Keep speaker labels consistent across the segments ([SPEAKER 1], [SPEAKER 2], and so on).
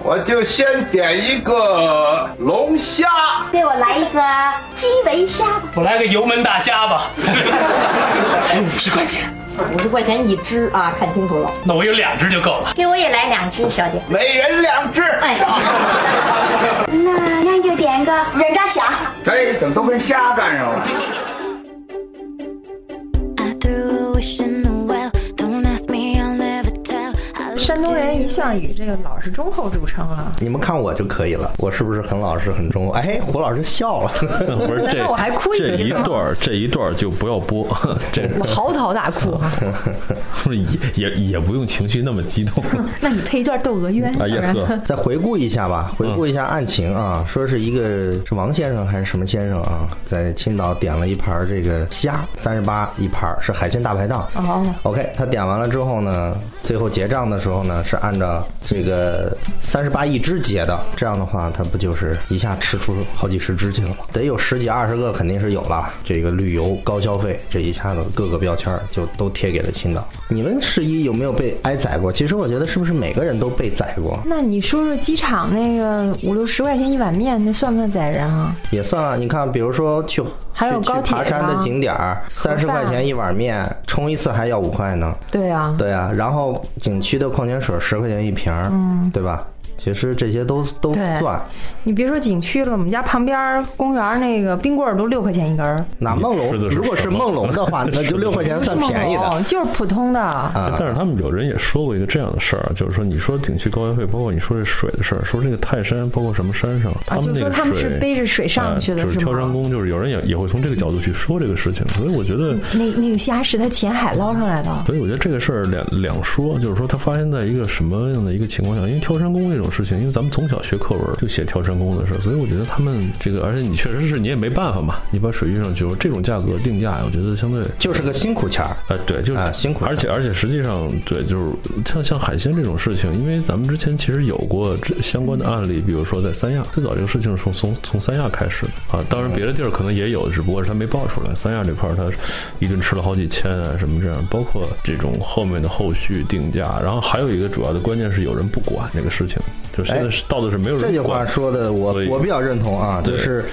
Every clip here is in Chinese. [SPEAKER 1] 我就先点一个龙虾，
[SPEAKER 2] 给我来一个基围虾吧，
[SPEAKER 3] 我来个油焖大虾吧， 才五十块钱，
[SPEAKER 4] 五十块钱一只啊，看清楚了。
[SPEAKER 3] 那我有两只就够了。
[SPEAKER 2] 给我也来两只，小姐。
[SPEAKER 1] 每人两只。
[SPEAKER 2] 哎，那那就点个人渣虾。
[SPEAKER 1] 哎，怎么都跟虾干上了？
[SPEAKER 5] I threw a wish in the well. Don't ask me, I'll never tell. I
[SPEAKER 6] 山
[SPEAKER 5] looked
[SPEAKER 6] 东
[SPEAKER 5] at
[SPEAKER 6] 人
[SPEAKER 5] you.
[SPEAKER 6] 一向以这个老实忠厚著称啊。
[SPEAKER 7] 你们看我就可以了，我是不是很老实很忠厚？哎，胡老师笑了，
[SPEAKER 8] 不是
[SPEAKER 6] 那我还哭
[SPEAKER 8] 这
[SPEAKER 6] 一
[SPEAKER 8] 这
[SPEAKER 6] 回
[SPEAKER 8] 一
[SPEAKER 6] 呢
[SPEAKER 8] 段儿这一段儿就不要播， 这
[SPEAKER 6] 我嚎啕大哭啊！
[SPEAKER 8] 不是也也也不用情绪那么激 动
[SPEAKER 6] 那你配一段《窦娥冤》，
[SPEAKER 8] 啊，
[SPEAKER 6] 不
[SPEAKER 8] 叶
[SPEAKER 6] 然
[SPEAKER 8] 赫。
[SPEAKER 7] 再回顾一下吧，回顾一下案情啊，说是一个是王先生还是什么先生啊，在青岛点了一盘儿这个虾，三十八一盘儿，是海鲜大排档。
[SPEAKER 6] 哦
[SPEAKER 7] OK，他点完了之后呢，最后结账的时候呢，是按照这个三十八一只结的，这样的话，他不就是一下吃出好几十只去了吗？得有十几二十个肯定是有了。这个旅游高消费，这一下子各个标签儿就都贴给了青岛。你们十一有没有被挨宰过？其实我觉得是不是每个人都被宰过？
[SPEAKER 6] 那你说说机场那个五六十块钱一碗面，那算不算宰人啊？
[SPEAKER 7] 也算了，你看，比如说去
[SPEAKER 6] 还有
[SPEAKER 7] 去
[SPEAKER 6] 高
[SPEAKER 7] 去
[SPEAKER 6] 铁
[SPEAKER 7] 爬山的
[SPEAKER 6] 啊
[SPEAKER 7] 景点儿，三十
[SPEAKER 6] 盒
[SPEAKER 7] 块
[SPEAKER 6] 饭
[SPEAKER 7] 钱一碗面，冲一次还要五块呢。
[SPEAKER 6] 对啊，
[SPEAKER 7] 对啊，然后景区的矿泉水十块钱一瓶儿，对吧？其实这些都都
[SPEAKER 6] 对
[SPEAKER 7] 算，
[SPEAKER 6] 你别说景区了，我们家旁边公园那个冰棍儿都六块钱一根儿，
[SPEAKER 7] 那梦龙
[SPEAKER 8] 吃的是
[SPEAKER 7] 如果是
[SPEAKER 8] 什么
[SPEAKER 7] 梦龙的话，那就六块钱算 便宜的。
[SPEAKER 6] 哦，就是普通的。
[SPEAKER 7] 啊
[SPEAKER 8] 但是他们有人也说过一个这样的事儿，啊就是说，你说景区高消费，包括你说这水的事儿，说这个泰山，包括什么山上，他
[SPEAKER 6] 啊，
[SPEAKER 8] 们
[SPEAKER 6] 就
[SPEAKER 8] 那
[SPEAKER 6] 说
[SPEAKER 8] 个
[SPEAKER 6] 他们是
[SPEAKER 8] 水，啊哎
[SPEAKER 6] 背着水上去的，
[SPEAKER 8] 就是是
[SPEAKER 6] 吗
[SPEAKER 8] 挑？山工，就是有人也也会从这个角度去说这个事情，所以我觉得，
[SPEAKER 6] 那那个虾是他前海捞上来的，
[SPEAKER 8] 所以我觉得这个事儿两两说，就是说它发生在一个什么样的一个情况下？因为挑山工这种事情，因为咱们从小学课文就写挑山工的事儿，所以我觉得他们这个，而且你确实是你也没办法嘛，你把水运上去，这种价格定价，我觉得相对
[SPEAKER 7] 就是个辛苦钱儿，
[SPEAKER 8] 啊，对，就是、
[SPEAKER 7] 啊辛苦
[SPEAKER 8] 而且而且实际上，对，就是像像海鲜这种事情，因为咱们之前其实有过这相关的案例，比如说在三亚，最早这个事情是从从从三亚开始的啊，当然别的地儿可能也有，只不过是他没爆出来。三亚这块儿他一顿吃了好几千啊，什么这样，包括这种后面的后续定价，然后还有一个主要的关键是有人不管这个事情，就现在是到的是没有人
[SPEAKER 7] 哎这句
[SPEAKER 8] 管
[SPEAKER 7] 话说的我
[SPEAKER 8] 所以
[SPEAKER 7] 我比较认同啊，就
[SPEAKER 8] 对
[SPEAKER 7] 是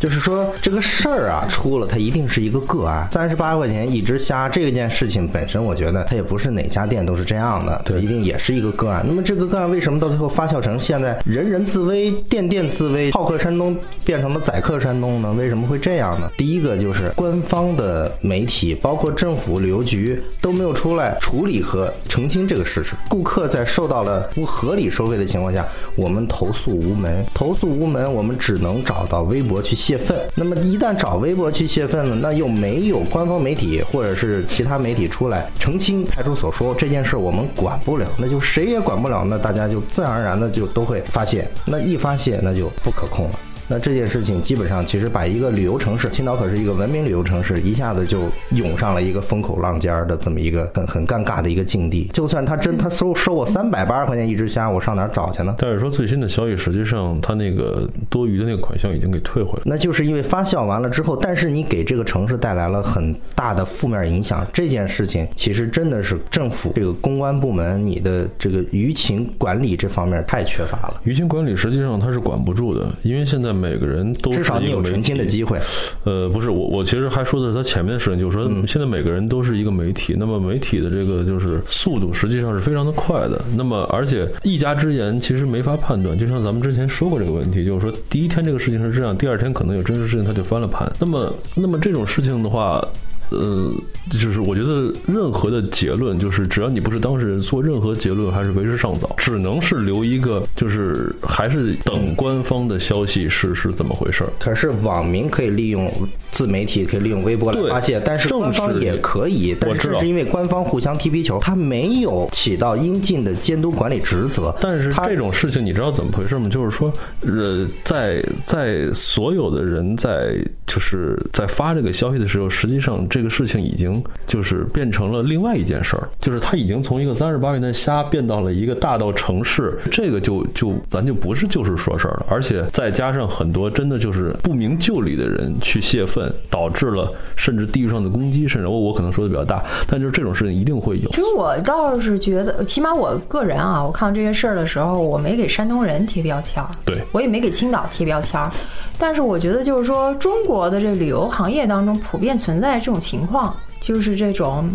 [SPEAKER 7] 就是说这个事儿啊出了，它一定是一个个案。三十八块钱一只虾这件事情本身，我觉得它也不是哪家店都是这样的，它
[SPEAKER 8] 对
[SPEAKER 7] 一定也是一个个案。那么这个个案为什么到最后发酵成现在人人自危、店店自危、好客山东变成了宰客山东呢？为什么会这样呢？第一个就是官方的媒体，包括政府旅游局都没有出来处理和澄清这个事实。顾客在受到了不合理收费的情况下，我们投诉无门，投诉无门，我们只能找到微博去泄愤。那么一旦找微博去泄愤了，那又没有官方媒体或者是其他媒体出来澄清派出所说这件事我们管不了，那就谁也管不了，那大家就自然而然的就都会发泄，那一发泄那就不可控了。那这件事情基本上其实把一个旅游城市，青岛可是一个文明旅游城市，一下子就涌上了一个风口浪尖儿的这么一个很很尴尬的一个境地。就算他真他收收我三百八十块钱一只虾，我上哪儿找去呢？
[SPEAKER 8] 但是说最新的消息，实际上他那个多余的那个款项已经给退回来了。
[SPEAKER 7] 那就是因为发酵完了之后，但是你给这个城市带来了很大的负面影响。这件事情其实真的是政府这个公关部门，你的这个舆情管理这方面太缺乏了。
[SPEAKER 8] 舆情管理实际上它是管不住的，因为现在每个人都是
[SPEAKER 7] 至少你
[SPEAKER 8] 一个
[SPEAKER 7] 有
[SPEAKER 8] 媒
[SPEAKER 7] 澄
[SPEAKER 8] 体
[SPEAKER 7] 清的机会。
[SPEAKER 8] 呃，不是我，我其实还说的是他前面的事情，就是说现在每个人都是一个媒体，那么媒体的这个就是速度实际上是非常的快的。那么而且一家之言其实没法判断，就像咱们之前说过这个问题，就是说第一天这个事情是这样，第二天可能有真实事情他就翻了盘。那么那么这种事情的话。呃，就是我觉得任何的结论，就是只要你不是当事人，做任何结论还是为时尚早，只能是留一个，就是还是等官方的消息是是怎么回事儿。
[SPEAKER 7] 可是网民可以利用自媒体，可以利用微博来
[SPEAKER 8] 对
[SPEAKER 7] 发泄，但是
[SPEAKER 8] 正
[SPEAKER 7] 官方
[SPEAKER 8] 是
[SPEAKER 7] 也可以，但
[SPEAKER 8] 我
[SPEAKER 7] 是
[SPEAKER 8] 知
[SPEAKER 7] 这
[SPEAKER 8] 道
[SPEAKER 7] 是因为官方互相踢皮球，他没有起到应尽的监督管理职责。
[SPEAKER 8] 但是
[SPEAKER 7] 他
[SPEAKER 8] 这种事情你知道怎么回事吗？就是说，呃，在在所有的人在就是在发这个消息的时候，实际上这个事情已经就是变成了另外一件事儿，就是它已经从一个三十八元的虾变到了一个大到城市，这个就就咱就不是就是说事儿了，而且再加上很多真的就是不明就里的人去泄愤，导致了甚至地域上的攻击，甚至我我可能说的比较大，但就是这种事情一定会有
[SPEAKER 9] 其。实我倒是觉得，起码我个人啊，我看到这些事儿的时候，我没给山东人贴标签儿，
[SPEAKER 8] 对
[SPEAKER 9] 我也没给青岛贴标签儿。但是我觉得，就是说中国的这旅游行业当中普遍存在这种情况，就是这种，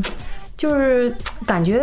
[SPEAKER 9] 就是感觉，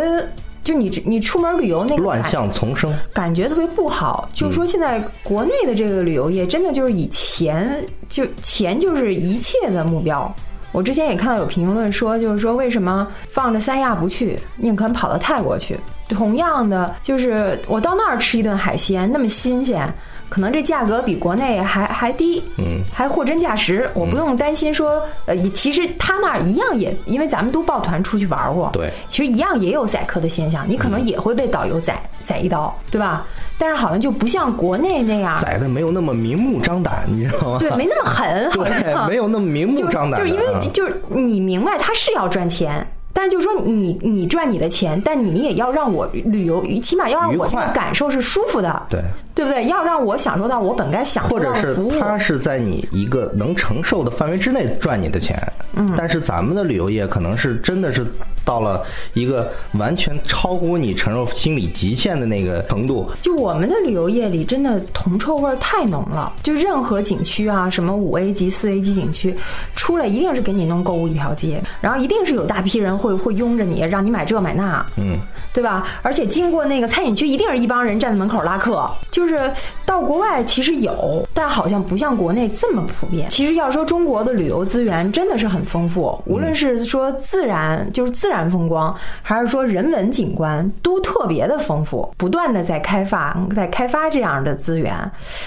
[SPEAKER 9] 就你你出门旅游那个
[SPEAKER 7] 乱
[SPEAKER 9] 感
[SPEAKER 7] 象丛生。
[SPEAKER 9] 感觉特别不好。就是说，现在国内的这个旅游业真的就是以钱就钱就是一切的目标。我之前也看到有评论说，就是说为什么放着三亚不去，宁肯跑到泰国去？同样的，就是我到那儿吃一顿海鲜，那么新鲜，可能这价格比国内还还低，嗯，还货真价实，我不用担心说，呃，其实他那儿一样也，因为咱们都抱团出去玩过，
[SPEAKER 7] 对
[SPEAKER 9] 其实一样也有宰客的现象，你可能也会被导游宰宰一刀，对吧？但是好像就不像国内那样，
[SPEAKER 7] 宰的没有那么明目张胆，你知道吗？
[SPEAKER 9] 对，没那么狠， 好
[SPEAKER 7] 对，
[SPEAKER 9] 像
[SPEAKER 7] 没有那么明目
[SPEAKER 9] 就是
[SPEAKER 7] 张胆
[SPEAKER 9] 就
[SPEAKER 7] 的啊。
[SPEAKER 9] 是因为就是你明白他是要赚钱。但是就是说你你赚你的钱，但你也要让我旅游，起码要让我
[SPEAKER 7] 愉
[SPEAKER 9] 这
[SPEAKER 7] 快
[SPEAKER 9] 个感受是舒服的，
[SPEAKER 7] 对，
[SPEAKER 9] 对不对？要让我享受到我本该享受
[SPEAKER 7] 或
[SPEAKER 9] 到
[SPEAKER 7] 者
[SPEAKER 9] 的
[SPEAKER 7] 是
[SPEAKER 9] 服务。
[SPEAKER 7] 他是在你一个能承受的范围之内赚你的钱，嗯，但是咱们的旅游业可能是真的是到了一个完全超乎你承受心理极限的那个程度，
[SPEAKER 9] 就我们的旅游业里，真的铜臭味儿太浓了。就任何景区啊，什么五 A 级、四 A 级景区，出来一定是给你弄购物一条街，然后一定是有大批人会会拥着你，让你买这买那，嗯，对吧？而且经过那个餐饮区，一定是一帮人站在门口拉客。就是到国外其实有，但好像不像国内这么普遍。其实要说中国的旅游资源真的是很丰富，无论是说自然就是自然风光，还是说人文景观，都特别的丰富，不断的在开发，在开发这样的资源。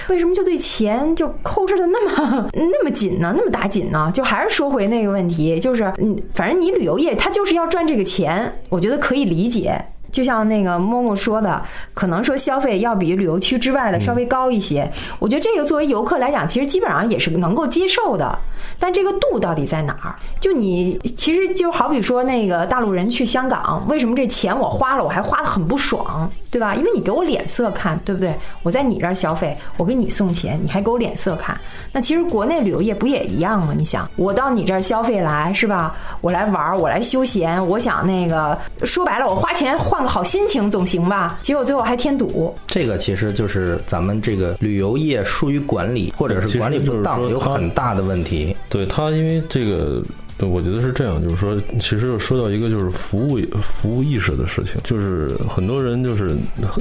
[SPEAKER 9] 为什么就对钱就抠着的那么那么紧呢？那么打紧呢？就还是说回那个问题，就是嗯，反正你旅游业它就是要赚这个钱，我觉得可以理解。就像那个默默说的，可能说消费要比旅游区之外的稍微高一些。我觉得这个作为游客来讲，其实基本上也是能够接受的。但这个度到底在哪儿？就你其实就好比说那个大陆人去香港，为什么这钱我花了，我还花的很不爽，对吧？因为你给我脸色看，对不对？我在你这儿消费，我给你送钱，你还给我脸色看。那其实国内旅游业不也一样吗？你想，我到你这儿消费来是吧？我来玩儿，我来休闲，我想那个说白了，我花钱换个好心情总行吧？结果最后还添堵，
[SPEAKER 7] 这个其实就是咱们这个旅游业疏于管理，或者
[SPEAKER 8] 其
[SPEAKER 7] 是
[SPEAKER 8] 实
[SPEAKER 7] 管理不
[SPEAKER 8] 就
[SPEAKER 7] 当，
[SPEAKER 8] 是说
[SPEAKER 7] 有
[SPEAKER 8] 它
[SPEAKER 7] 很大的问题。
[SPEAKER 8] 对他，因为这个，对我觉得是这样，就是说，其实说到一个就是服务服务意识的事情，就是很多人就是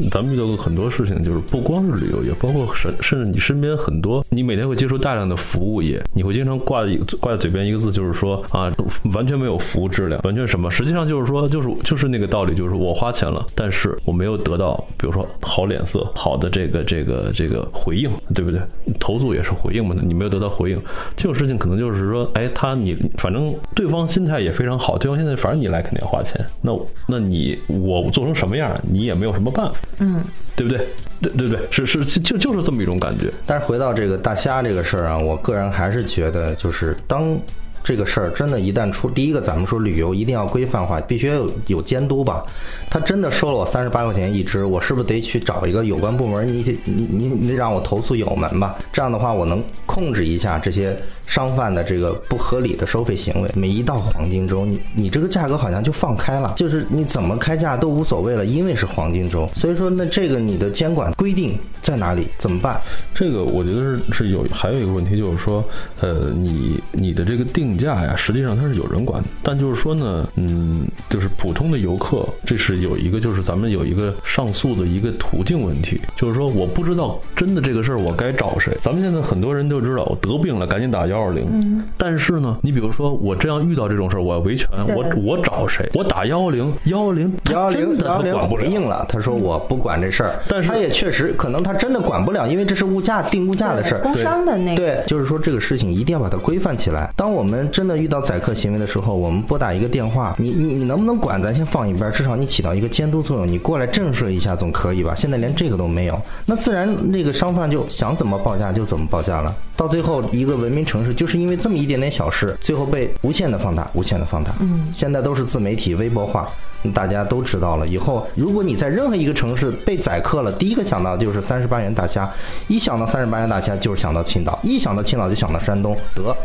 [SPEAKER 8] 咱们遇到过很多事情，就是不光是旅游业，包括甚甚至你身边很多，你每天会接触大量的服务业，你会经常挂一挂在嘴边一个字，就是说啊，完全没有服务质量，完全什么？实际上就是说，就是就是那个道理，就是我花钱了，但是我没有得到，比如说好脸色、好的这个这个这个回应，对不对？投诉也是回应嘛，你没有得到回应，这种事情可能就是说，哎，他你反正对方心态也非常好，对方现在反正你来肯定要花钱，那我那你我做成什么样，你也没有什么办法，嗯，对不对？对对不对？是是就就是这么一种感觉，
[SPEAKER 7] 但是回到这个大虾这个事儿啊，我个人还是觉得，就是当这个事儿真的一旦出，第一个咱们说旅游一定要规范化，必须要有有监督吧。他真的收了我三十八块钱一只，我是不是得去找一个有关部门？你得你你你得让我投诉有门吧？这样的话，我能控制一下这些商贩的这个不合理的收费行为。每一到黄金周，你你这个价格好像就放开了，就是你怎么开价都无所谓了，因为是黄金周。所以说，那这个你的监管规定在哪里？怎么办？
[SPEAKER 8] 这个我觉得是是有还有一个问题，就是说，呃，你你的这个定价呀，实际上它是有人管的，但就是说呢，嗯，就是普通的游客，这是有一个就是咱们有一个上诉的一个途径问题，就是说我不知道真的这个事儿我该找谁。咱们现在很多人都知道我得病了赶紧打幺二
[SPEAKER 7] 嗯
[SPEAKER 8] 零，但是呢，你比如说我这样遇到这种事儿，我要维权，
[SPEAKER 9] 对
[SPEAKER 8] 我我找谁？我打幺幺零，幺幺零
[SPEAKER 7] 幺
[SPEAKER 8] 真
[SPEAKER 7] 零
[SPEAKER 8] 的
[SPEAKER 7] 幺
[SPEAKER 8] 他
[SPEAKER 7] 零
[SPEAKER 8] 管不
[SPEAKER 7] 回
[SPEAKER 8] 了。
[SPEAKER 7] 应了，他说我不管这事儿，
[SPEAKER 8] 但是
[SPEAKER 7] 他也确实可能他真的管不了，因为这是物价定物价的事儿。
[SPEAKER 9] 工商的那个
[SPEAKER 7] 对，就是说这个事情一定要把它规范起来。当我们人真的遇到宰客行为的时候，我们拨打一个电话，你你你能不能管咱先放一边，至少你起到一个监督作用，你过来震慑一下总可以吧？现在连这个都没有，那自然那个商贩就想怎么报价就怎么报价了。到最后，一个文明城市就是因为这么一点点小事，最后被无限的放大，无限的放大。嗯，现在都是自媒体、微博化。大家都知道了。以后如果你在任何一个城市被宰客了，第一个想到就是三十八元大虾，一想到三十八元大虾就是想到青岛，一想到青岛就想到山东，得。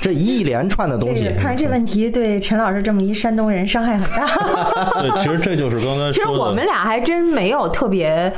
[SPEAKER 7] 这一连串的东西，
[SPEAKER 9] 看来这问题对陈老师这么一山东人伤害很 大。
[SPEAKER 8] 对，其实这就是刚才说的。
[SPEAKER 9] 其实我们俩还真没有特别。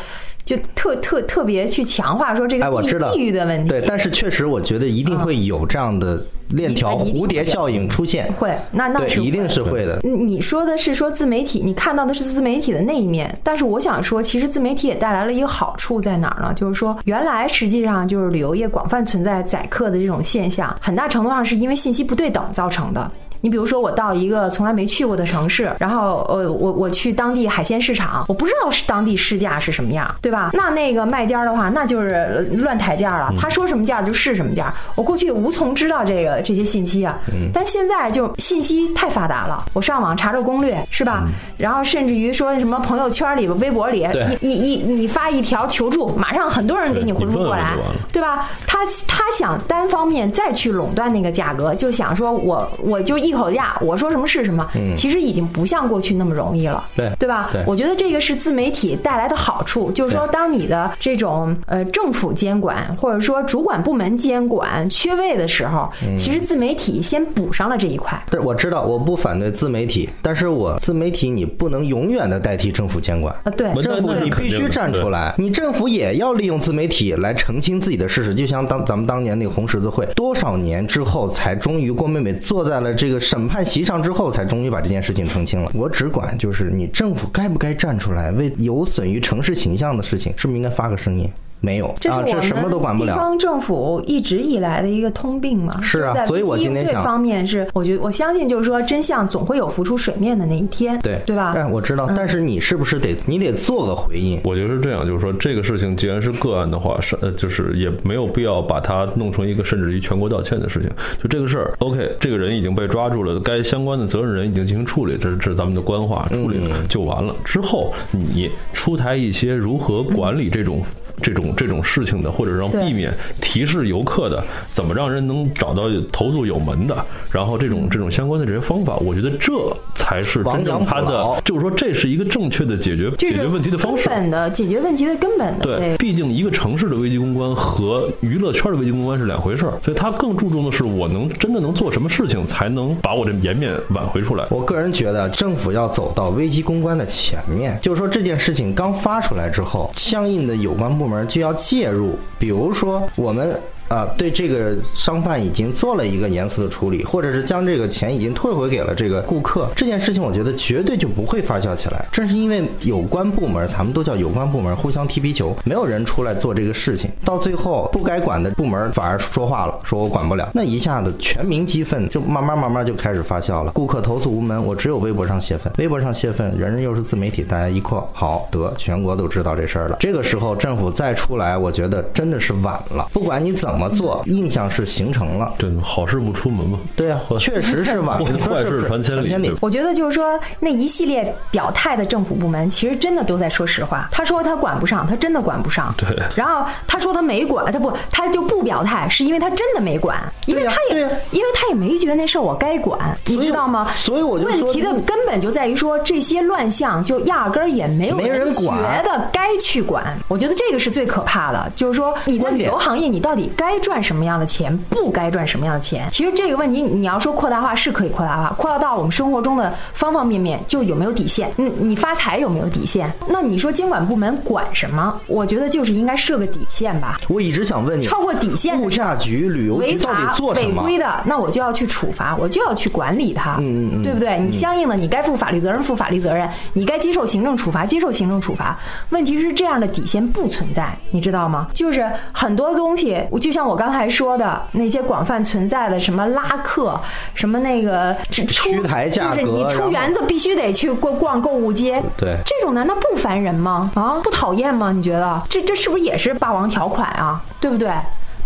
[SPEAKER 9] 就特特特别去强化说这个
[SPEAKER 7] 哎，我
[SPEAKER 9] 地
[SPEAKER 7] 知道
[SPEAKER 9] 地域的问题，嗯
[SPEAKER 7] 对，但是确实我觉得一定会有这样的链条
[SPEAKER 4] 一定
[SPEAKER 7] 蝴蝶效应出现，
[SPEAKER 9] 会那那
[SPEAKER 7] 对，
[SPEAKER 9] 是
[SPEAKER 7] 一定
[SPEAKER 9] 会
[SPEAKER 7] 是会的。
[SPEAKER 9] 嗯你说的是说自媒体，你看到的是自媒体的那一面，但是我想说，其实自媒体也带来了一个好处在哪儿呢？就是说，原来实际上就是旅游业广泛存在宰客的这种现象，很大程度上是因为信息不对等造成的。你比如说，我到一个从来没去过的城市，然后呃，我我去当地海鲜市场，我不知道是当地市价是什么样，对吧？那那个卖家的话，那就是呃乱抬价了，他说什么价就是什么价。我过去无从知道这个这些信息啊，但现在就信息太发达了，我上网查查攻略是吧？然后甚至于说什么朋友圈里、微博里
[SPEAKER 7] 对，
[SPEAKER 9] 一一一你发一条求助，马上很多人给你回复过来
[SPEAKER 8] 对你问问就完了，
[SPEAKER 9] 对吧？他他想单方面再去垄断那个价格，就想说我我就一口价，我说什么是什么，其实已经不像过去那么容易了，
[SPEAKER 7] 对
[SPEAKER 9] 对吧
[SPEAKER 7] 对
[SPEAKER 9] 我觉得这个是自媒体带来的好处，就是说，
[SPEAKER 7] 对
[SPEAKER 9] 当你的这种呃政府监管或者说主管部门监管缺位的时候，
[SPEAKER 7] 嗯
[SPEAKER 9] 其实自媒体先补上了这一块。
[SPEAKER 7] 对，我知道，我不反对自媒体，但是我自媒体你不能永远的代替政府监管。
[SPEAKER 9] 啊，对，
[SPEAKER 8] 文
[SPEAKER 7] 政府
[SPEAKER 8] 那是
[SPEAKER 7] 你
[SPEAKER 8] 肯
[SPEAKER 7] 必
[SPEAKER 8] 定
[SPEAKER 7] 须
[SPEAKER 8] 的
[SPEAKER 7] 站出
[SPEAKER 8] 对
[SPEAKER 7] 来，你政府也要利用自媒体来澄清自己的事实。就像当咱们当年那个红十字会，多少年之后才终于郭美美坐在了这个审判席上之后，才终于把这件事情澄清了。我只管就是你政府该不该站出来为有损于城市形象的事情，是不是应该发个声音？没有
[SPEAKER 9] 这是
[SPEAKER 7] 啊，这什么都
[SPEAKER 9] 我
[SPEAKER 7] 管不
[SPEAKER 9] 们地
[SPEAKER 7] 了。
[SPEAKER 9] 方政府一直以来的一个通病嘛。
[SPEAKER 7] 是啊
[SPEAKER 9] 就在
[SPEAKER 7] 所以
[SPEAKER 9] 危
[SPEAKER 7] 我
[SPEAKER 9] 机
[SPEAKER 7] 今天
[SPEAKER 9] 应对
[SPEAKER 7] 想
[SPEAKER 9] 方面是，我觉得我相信就是说，真相总会有浮出水面的那一天，
[SPEAKER 7] 对
[SPEAKER 9] 对吧？嗯
[SPEAKER 7] 哎，我知道，但是你是不是得你得做个回应？
[SPEAKER 8] 我觉得是这样，就是说这个事情既然是个案的话，是呃，就是也没有必要把它弄成一个甚至于全国道歉的事情。就这个事儿，OK，这个人已经被抓住了，该相关的责任人已经进行处理，这是这是咱们的官话，处理
[SPEAKER 7] 嗯
[SPEAKER 8] 了就完了。之后你出台一些如何管理这种。这种这种事情的，或者让
[SPEAKER 9] 对
[SPEAKER 8] 避免提示游客的，怎么让人能找到投诉有门的，然后这种这种相关的这些方法，我觉得这才是
[SPEAKER 7] 亡
[SPEAKER 8] 真
[SPEAKER 7] 羊
[SPEAKER 8] 正他
[SPEAKER 7] 补牢
[SPEAKER 8] 的，就是说这是一个正确的解决
[SPEAKER 9] 这
[SPEAKER 8] 解
[SPEAKER 9] 是
[SPEAKER 8] 决问题的方式
[SPEAKER 9] 根。本的解决问题的根本的
[SPEAKER 8] 对，毕竟一个城市的危机公关和娱乐圈的危机公关是两回事儿，所以他更注重的是我能真的能做什么事情才能把我这颜面挽回出来。
[SPEAKER 7] 我个人觉得，政府要走到危机公关的前面，就是说这件事情刚发出来之后，相应的有关部门就要介入，比如说我们。啊，对这个商贩已经做了一个严肃的处理，或者是将这个钱已经退回给了这个顾客，这件事情我觉得绝对就不会发酵起来。正是因为有关部门，咱们都叫有关部门互相踢皮球，没有人出来做这个事情，到最后不该管的部门反而说话了，说我管不了，那一下子全民激愤，就慢慢慢慢就开始发酵了。顾客投诉无门，我只有微博上泄愤，微博上泄愤，人人又是自媒体，大家一括好得，全国都知道这事儿了。这个时候政府再出来，我觉得真的是晚了。不管你怎么做，印象是形成了。
[SPEAKER 8] 对，好事不出门嘛。
[SPEAKER 7] 对啊，确实是晚了。你说
[SPEAKER 8] 坏
[SPEAKER 7] 是不
[SPEAKER 8] 事
[SPEAKER 7] 是
[SPEAKER 8] 传千里
[SPEAKER 7] 千里
[SPEAKER 8] 对吧
[SPEAKER 9] 我觉得就是说，那一系列表态的政府部门，其实真的都在说实话。他说他管不上，他真的管不上。对。然后他说他没管，他不，他就不表态，是因为他真的没管，因为
[SPEAKER 7] 对呀
[SPEAKER 9] 他也，
[SPEAKER 7] 对呀
[SPEAKER 9] 因为他也没觉得那事儿我该管，你
[SPEAKER 7] 所以
[SPEAKER 9] 知道吗？
[SPEAKER 7] 所以我就说
[SPEAKER 9] 问题的根本就在于说，这些乱象就压根儿也没有
[SPEAKER 7] 没人管
[SPEAKER 9] 觉得该去管。我觉得这个是最可怕的，就是说你在
[SPEAKER 7] 观
[SPEAKER 9] 旅
[SPEAKER 7] 点
[SPEAKER 9] 游行业，你到底该赚什么样的钱，不该赚什么样的钱？其实这个问题，你要说扩大化是可以扩大化，扩大到我们生活中的方方面面，就有没有底线？嗯，你发财有没有底线？那你说监管部门管什么？我觉得就是应该设个底线吧，
[SPEAKER 7] 我一直想问你，
[SPEAKER 9] 超过底线
[SPEAKER 7] 物价局、旅游
[SPEAKER 9] 违
[SPEAKER 7] 局到底
[SPEAKER 9] 法
[SPEAKER 7] 做什
[SPEAKER 9] 违
[SPEAKER 7] 么？
[SPEAKER 9] 规的，那我就要去处罚，我就要去管理他，嗯嗯对不对？你相应的，你该负法律责任，负法律责任；你该接受行政处罚，接受行政处罚。问题是这样的底线不存在，你知道吗？就是很多东西，我就像我刚才说的，那些广泛存在的什么拉客，什么那个只出
[SPEAKER 7] 虚抬价格
[SPEAKER 9] 就是你
[SPEAKER 7] 然
[SPEAKER 9] 出
[SPEAKER 7] 后
[SPEAKER 9] 园子必须得去逛逛购物街，
[SPEAKER 7] 对
[SPEAKER 9] 这种难道不烦人吗？啊，不讨厌吗？你觉得这这是不是也是霸王条款啊？对不对？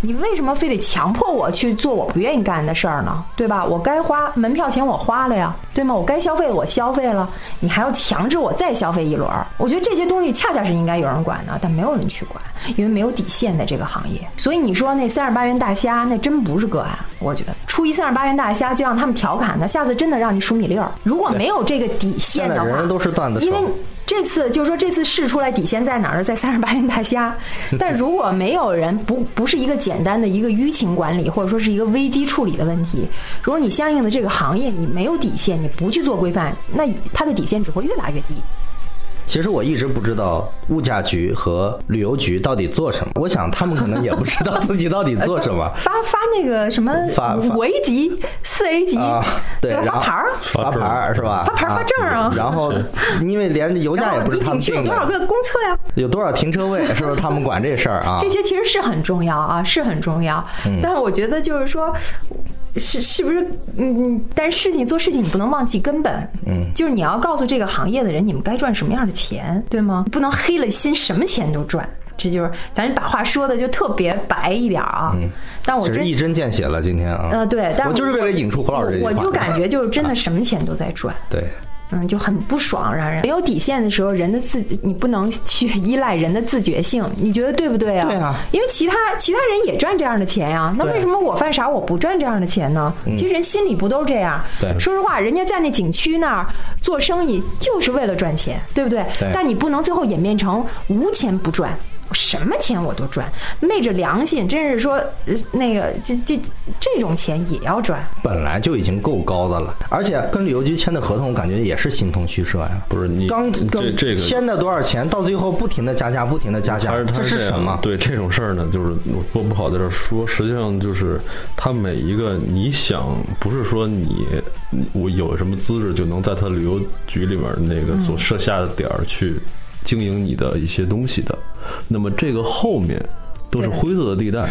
[SPEAKER 9] 你为什么非得强迫我去做我不愿意干的事儿呢？对吧？我该花门票钱我花了呀，对吗？我该消费我消费了，你还要强制我再消费一轮儿？我觉得这些东西恰恰是应该有人管的，但没有人去管，因为没有底线在这个行业。所以你说那三十八元大虾，那真不是个案。我觉得出一三十八元大虾就让他们调侃他，下次真的让你数米粒儿。如果没有这个底线
[SPEAKER 7] 现在
[SPEAKER 9] 的话，
[SPEAKER 7] 人人都是段子手
[SPEAKER 9] 因为。这次就是说，这次试出来底线在哪儿呢？在三十八 元大虾。但如果没有人不不是一个简单的一个舆情管理，或者说是一个危机处理的问题，如果你相应的这个行业你没有底线，你不去做规范，那它的底线只会越拉越低。
[SPEAKER 7] 其实我一直不知道物价局和旅游局到底做什么，我想他们可能也不知道自己到底做什 么。
[SPEAKER 9] 发发那个什么
[SPEAKER 7] 发发
[SPEAKER 9] 五 A 级、四 A 级，
[SPEAKER 7] 啊，对，
[SPEAKER 9] 吧？
[SPEAKER 7] 然
[SPEAKER 9] 发
[SPEAKER 7] 后
[SPEAKER 9] 牌儿。
[SPEAKER 7] 发牌儿是吧？
[SPEAKER 9] 发牌儿发证儿啊
[SPEAKER 7] 然后，因为连油价
[SPEAKER 9] 然
[SPEAKER 7] 也
[SPEAKER 9] 后
[SPEAKER 7] 不是
[SPEAKER 9] 你
[SPEAKER 7] 他
[SPEAKER 9] 景
[SPEAKER 7] 们
[SPEAKER 9] 区有
[SPEAKER 7] 定
[SPEAKER 9] 多少
[SPEAKER 7] 的，
[SPEAKER 9] 个公厕呀？
[SPEAKER 7] 有多少停车位，是不是他们管这事儿啊？ 嗯
[SPEAKER 9] 这些其实是很重要啊，是很重要。但是我觉得就是说。是是不是嗯？嗯，但是事情做事情，你不能忘记根本，嗯，就是你要告诉这个行业的人，你们该赚什么样的钱，对吗？不能黑了心，什么钱都赚。这就是咱把话说的就特别白一点儿啊。
[SPEAKER 7] 嗯
[SPEAKER 9] 但我
[SPEAKER 7] 只
[SPEAKER 9] 真
[SPEAKER 7] 是一针见血了，今天啊。
[SPEAKER 9] 呃对，但
[SPEAKER 7] 我就是为了引出胡老师这句话
[SPEAKER 9] 我就感觉就是真的什么钱都在赚。
[SPEAKER 7] 对，
[SPEAKER 9] 嗯，就很不爽，让人没有底线的时候，人的自你不能去依赖人的自觉性，你觉得对不对啊？
[SPEAKER 7] 对啊
[SPEAKER 9] 因为其他其他人也赚这样的钱呀、那
[SPEAKER 7] 对啊嗯
[SPEAKER 9] 为什么我犯傻我不赚这样的钱呢？其实人心里不都是这样？
[SPEAKER 7] 对
[SPEAKER 9] 说实话，人家在那景区那儿做生意就是为了赚钱，对不对？
[SPEAKER 7] 对
[SPEAKER 9] 但你不能最后演变成无钱不赚。什么钱我都赚，昧着良心，真是说呃那个这这这种钱也要赚，
[SPEAKER 7] 本来就已经够高的了，而且跟旅游局签的合同，我感觉也是形同虚设呀。
[SPEAKER 8] 不是你
[SPEAKER 7] 刚刚
[SPEAKER 8] 这这个
[SPEAKER 7] 签的多少钱，到最后不停的加价，不停的加价
[SPEAKER 8] 他是，他
[SPEAKER 7] 这
[SPEAKER 8] 是
[SPEAKER 7] 是
[SPEAKER 8] 这
[SPEAKER 7] 什
[SPEAKER 8] 样
[SPEAKER 7] 么？
[SPEAKER 8] 对这种事儿呢，就是我不不好在这儿说。实际上就是他每一个你想，不是说你你我有什么资质就能在他旅游局里面那个所设下的点儿去经营你的一些东西的。那么这个后面都是灰色的地带。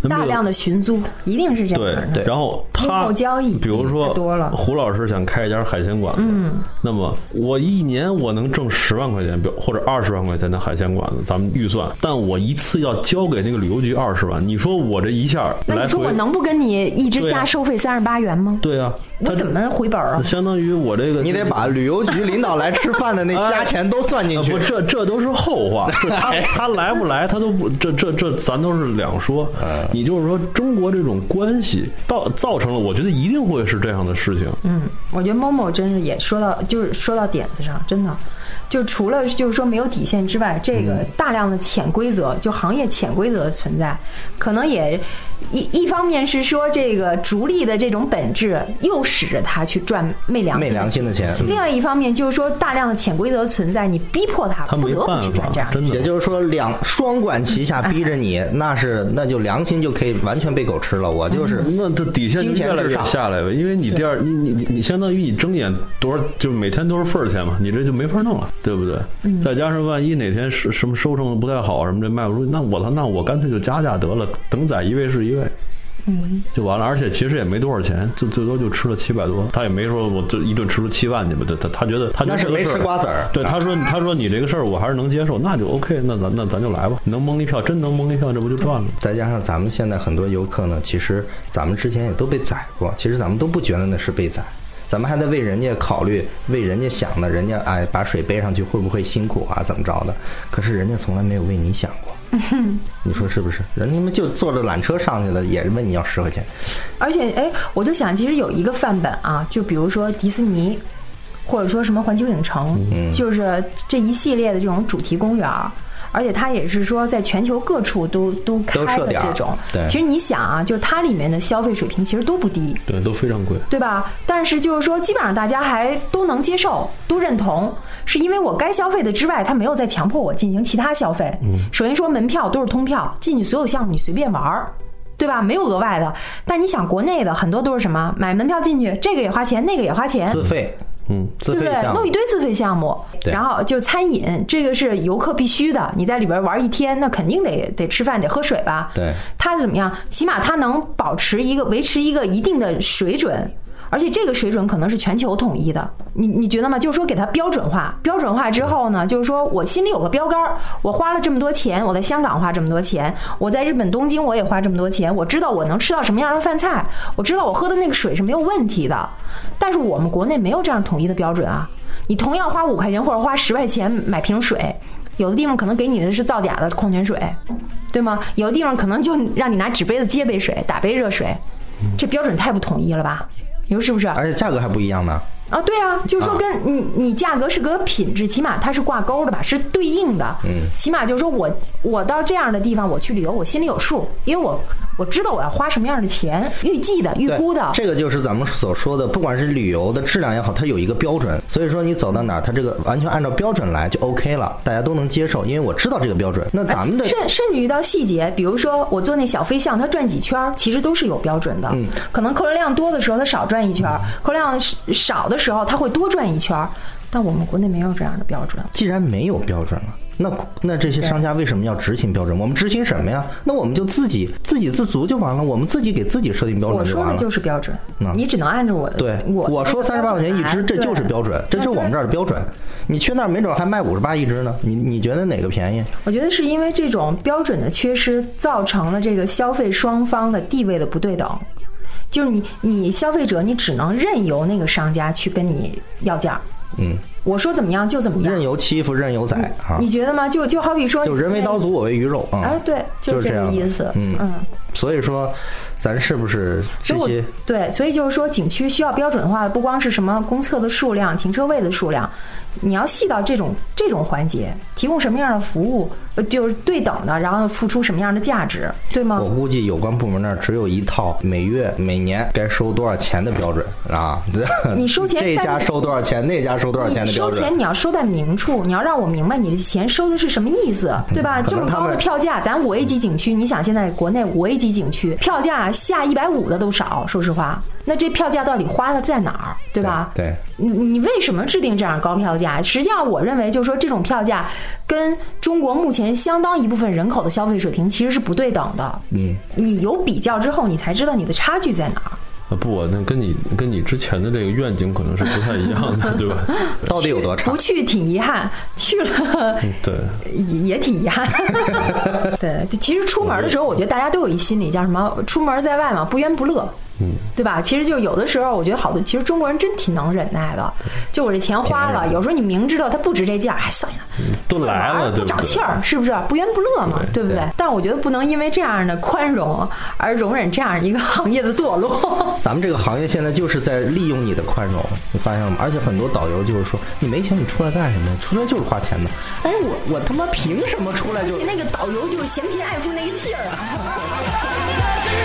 [SPEAKER 8] 那么
[SPEAKER 9] 大
[SPEAKER 8] 这个
[SPEAKER 9] 量的寻租一定是这样的。
[SPEAKER 8] 对，然后
[SPEAKER 9] 幕
[SPEAKER 8] 他
[SPEAKER 9] 后交易
[SPEAKER 8] 比如说
[SPEAKER 9] 太多了
[SPEAKER 8] 胡老师想开一家海鲜馆子，嗯，那么我一年我能挣十万块钱，比如或者二十万块钱的海鲜馆子，咱们预算，但我一次要交给那个旅游局二十万，你说我这一下
[SPEAKER 9] 那
[SPEAKER 8] 来
[SPEAKER 9] 你说
[SPEAKER 8] 回
[SPEAKER 9] 我，能不跟你一直
[SPEAKER 8] 对啊
[SPEAKER 9] 下收费三十八元吗？
[SPEAKER 8] 对啊，
[SPEAKER 9] 我
[SPEAKER 8] 他
[SPEAKER 9] 怎么回本儿啊？
[SPEAKER 8] 相当于我这个
[SPEAKER 7] 你得把旅游局领导来吃饭 的那虾钱都算进
[SPEAKER 8] 啊
[SPEAKER 7] 去哎
[SPEAKER 8] 不，。这这都是后 话。就他他来不来，他都不这这这，咱都是两说。
[SPEAKER 7] 嗯
[SPEAKER 8] 你就是说，中国这种关系到造成了，我觉得一定会是这样的事情。
[SPEAKER 9] 嗯，我觉得 Momo 真是也说到，就是说到点子上，真的，就除了就是说没有底线之外，这
[SPEAKER 8] 嗯
[SPEAKER 9] 个大量的潜规则，就行业潜规则的存在，可能也一一方面是说这个逐利的这种本质，诱使着他去赚昧良
[SPEAKER 7] 昧
[SPEAKER 9] 心
[SPEAKER 7] 良
[SPEAKER 9] 的钱。
[SPEAKER 7] 心的钱。嗯
[SPEAKER 9] 另外一方面就是说，大量的潜规则存在，你逼迫他
[SPEAKER 8] 他
[SPEAKER 9] 不
[SPEAKER 8] 没
[SPEAKER 9] 得不
[SPEAKER 8] 办
[SPEAKER 9] 去
[SPEAKER 8] 法
[SPEAKER 9] 赚这样，的
[SPEAKER 8] 真
[SPEAKER 9] 钱。
[SPEAKER 8] 的
[SPEAKER 7] 也就是说，两双管齐下逼着你，那是那就良心就可以完全被狗吃了。我就是
[SPEAKER 8] 那这底线就
[SPEAKER 7] 金钱
[SPEAKER 8] 越来
[SPEAKER 7] 至
[SPEAKER 8] 越
[SPEAKER 7] 上
[SPEAKER 8] 下来呗，因为你第二，你你你你相当于你睁眼多少，就是每天都是份儿钱嘛，你这就没法弄了，对不对？
[SPEAKER 7] 嗯
[SPEAKER 8] 再加上万一哪天是什么收成的不太好，什么这卖不出去，那我操，那我干脆就加价得了，等宰一位是一位。
[SPEAKER 7] 嗯
[SPEAKER 8] 就完了，而且其实也没多少钱，就最多就吃了七百多，他也没说我这一顿吃出七万去吧，他他他觉得他觉得
[SPEAKER 7] 那是
[SPEAKER 8] 这个
[SPEAKER 7] 没
[SPEAKER 8] 事
[SPEAKER 7] 吃瓜子儿啊
[SPEAKER 8] 对，他说他说你这个事儿我还是能接受，那就 OK，那咱那咱就来吧，能蒙一票，真能蒙一票，这不就赚了吗？
[SPEAKER 7] 再加上咱们现在很多游客呢，其实咱们之前也都被宰过，其实咱们都不觉得那是被宰，咱们还在为人家考虑，为人家想呢，人家哎把水背上去会不会辛苦啊，怎么着的？可是人家从来没有为你想 过。你说是不是？人家们就坐着缆车上去了，也是问你要十块钱。
[SPEAKER 9] 而且，哎，我就想，其实有一个范本啊，就比如说迪士尼，或者说什么环球影城，
[SPEAKER 8] 嗯
[SPEAKER 9] 就是这一系列的这种主题公园儿。而且它也是说，在全球各处都都
[SPEAKER 7] 都
[SPEAKER 9] 开
[SPEAKER 7] 设
[SPEAKER 9] 的
[SPEAKER 7] 点儿
[SPEAKER 9] 这种
[SPEAKER 7] 对，
[SPEAKER 9] 其实你想啊，就是它里面的消费水平其实都不低，
[SPEAKER 8] 对，都非常贵。
[SPEAKER 9] 对吧？但是就是说，基本上大家还都能接受，都认同，是因为我该消费的之外，他没有再强迫我进行其他消费。
[SPEAKER 7] 嗯
[SPEAKER 9] 首先说门票都是通票，进去所有项目你随便玩儿。对吧？没有额外的，但你想国内的很多都是什么？买门票进去，这个也花钱，那个也花钱，
[SPEAKER 7] 自费，
[SPEAKER 8] 嗯，
[SPEAKER 7] 自
[SPEAKER 9] 对
[SPEAKER 7] 费
[SPEAKER 9] 不对？
[SPEAKER 7] 项目
[SPEAKER 9] 弄一堆自费项目，
[SPEAKER 7] 对
[SPEAKER 9] 然后就餐饮，这个是游客必须的。你在里边玩一天，那肯定得得吃饭，得喝水吧？
[SPEAKER 7] 对
[SPEAKER 9] 它怎么样？起码它能保持一个维持一个一定的水准。而且这个水准可能是全球统一的。你你觉得吗？就是说给它标准化，标准化之后呢，就是说我心里有个标杆儿，我花了这么多钱，我在香港花这么多钱，我在日本东京我也花这么多钱，我知道我能吃到什么样的饭菜，我知道我喝的那个水是没有问题的。但是我们国内没有这样统一的标准啊，你同样花五块钱或者花十块钱买瓶水。有的地方可能给你的是造假的矿泉水，对吗？有的地方可能就让你拿纸杯子接杯水，打杯热水，这标准太不统一了吧？你说是不是？
[SPEAKER 7] 而且价格还不一样呢。
[SPEAKER 9] 啊，对啊，就是说跟你你价格是跟品质，起码它是挂钩的吧，是对应的。嗯，起码就是说我我到这样的地方我去旅游，我心里有数，因为我我知道我要花什么样的钱，预计的、预
[SPEAKER 7] 对
[SPEAKER 9] 估的。
[SPEAKER 7] 这个就是咱们所说的，不管是旅游的质量也好，它有一个标准，所以说你走到哪儿，它这个完全按照标准来就 OK 了，大家都能接受，因为我知道这个标准。那咱们的
[SPEAKER 9] 甚甚至于到细节，比如说我做那小飞象，它转几圈儿，其实都是有标准
[SPEAKER 7] 嗯
[SPEAKER 9] 的。可能客流量多的时候，它少转一圈儿；客流量少的时候，它会多转一圈儿。但我们国内没有这样的标准。
[SPEAKER 7] 既然没有标准了，那那这些商家为什么要执行标准？我们执行什么呀？那我们就自己自给自足就完了，我们自己给自己设定标
[SPEAKER 9] 我
[SPEAKER 7] 准就
[SPEAKER 9] 说
[SPEAKER 7] 完
[SPEAKER 9] 的
[SPEAKER 7] 了。
[SPEAKER 9] 就是标准，
[SPEAKER 7] 嗯
[SPEAKER 9] 你只能按照我的。
[SPEAKER 7] 对，
[SPEAKER 9] 我
[SPEAKER 7] 我说三十八块钱一只，这就是标准，这就是我们这
[SPEAKER 9] 儿。
[SPEAKER 7] 儿的标准。你去那儿没准还卖五十八一只呢，你你觉得哪个便宜？
[SPEAKER 9] 我觉得是因为这种标准的缺失，造成了这个消费双方的地位的不对等。就是你，你消费者，你只能任由那个商家去跟你要价。
[SPEAKER 7] 嗯，
[SPEAKER 9] 我说怎么样就怎么样
[SPEAKER 7] 任。由欺负，任由宰啊！
[SPEAKER 9] 嗯你觉得吗？就就好比说，
[SPEAKER 7] 就人为刀。俎，我为鱼肉啊！
[SPEAKER 9] 哎，对，
[SPEAKER 7] 就是是
[SPEAKER 9] 这
[SPEAKER 7] 这
[SPEAKER 9] 个
[SPEAKER 7] 样
[SPEAKER 9] 意
[SPEAKER 7] 的
[SPEAKER 9] 思。
[SPEAKER 7] 嗯所以说，咱是不是
[SPEAKER 9] 所
[SPEAKER 7] 这
[SPEAKER 9] 以我
[SPEAKER 7] 些？
[SPEAKER 9] 对，所以就是说，景区需要标准化的不光是什么公厕的数量、停车位的数量，你要细到这种这种环节，提供什么样的服务，呃就是对等的，然后付出什么样的价值，对吗
[SPEAKER 7] 我？估计有关部门那儿只有一套每月、每年该收多少钱的标准啊！
[SPEAKER 9] 你收钱
[SPEAKER 7] 这
[SPEAKER 9] 但
[SPEAKER 7] 家
[SPEAKER 9] 是
[SPEAKER 7] 收多少钱，那家收多少钱
[SPEAKER 9] 你
[SPEAKER 7] 的标
[SPEAKER 9] 收
[SPEAKER 7] 准。
[SPEAKER 9] 钱你要收在明处，你要让我明白你这钱收的是什么意思，对吧？
[SPEAKER 7] 嗯可
[SPEAKER 9] 这
[SPEAKER 7] 能
[SPEAKER 9] 么
[SPEAKER 7] 他
[SPEAKER 9] 高
[SPEAKER 7] 们
[SPEAKER 9] 的票价，咱五 A 级景区，你想现在国内五 A 级景区票价下一百五的都少，说实话，那这票价到底花的在哪儿，对吧？
[SPEAKER 7] 对对
[SPEAKER 9] 你你为什么制定这样高票价？实际上，我认为就是说，这种票价跟中国目前相当一部分人口的消费水平其实是不对等的。嗯，你有比较之后，你才知道你的差距在哪儿。
[SPEAKER 8] 啊不，那跟你跟你之前的这个愿景可能是不太一样的，对吧？
[SPEAKER 7] 到底有多差
[SPEAKER 9] 不？去挺遗憾，去了
[SPEAKER 8] 对，
[SPEAKER 9] 也也挺遗憾。 对，就其实出门的时候，我觉得大家都有一心理叫什么？出门在外嘛，不冤不乐。嗯，对吧？其实就是有的时候，我觉得好多，其实中国人真挺能忍耐的。就我这钱花了，有时候你明知道它不值这价，哎，算了，
[SPEAKER 8] 都 来了，
[SPEAKER 9] 不
[SPEAKER 8] 对不
[SPEAKER 9] 长气
[SPEAKER 8] 对？
[SPEAKER 9] 儿，是不是？不冤不乐嘛，对不对？但我觉得不能因为这样的宽容而容忍这样一个行业的堕落。
[SPEAKER 7] 咱们这个行业现在就是在利用你的宽容，你发现了吗？而且很多导游就是说，你没钱你出来干什么呀？出来就是花钱的。哎，我我他妈凭什么出来就？
[SPEAKER 9] 那个导游就是嫌贫爱富那个劲儿啊！
[SPEAKER 5] Cause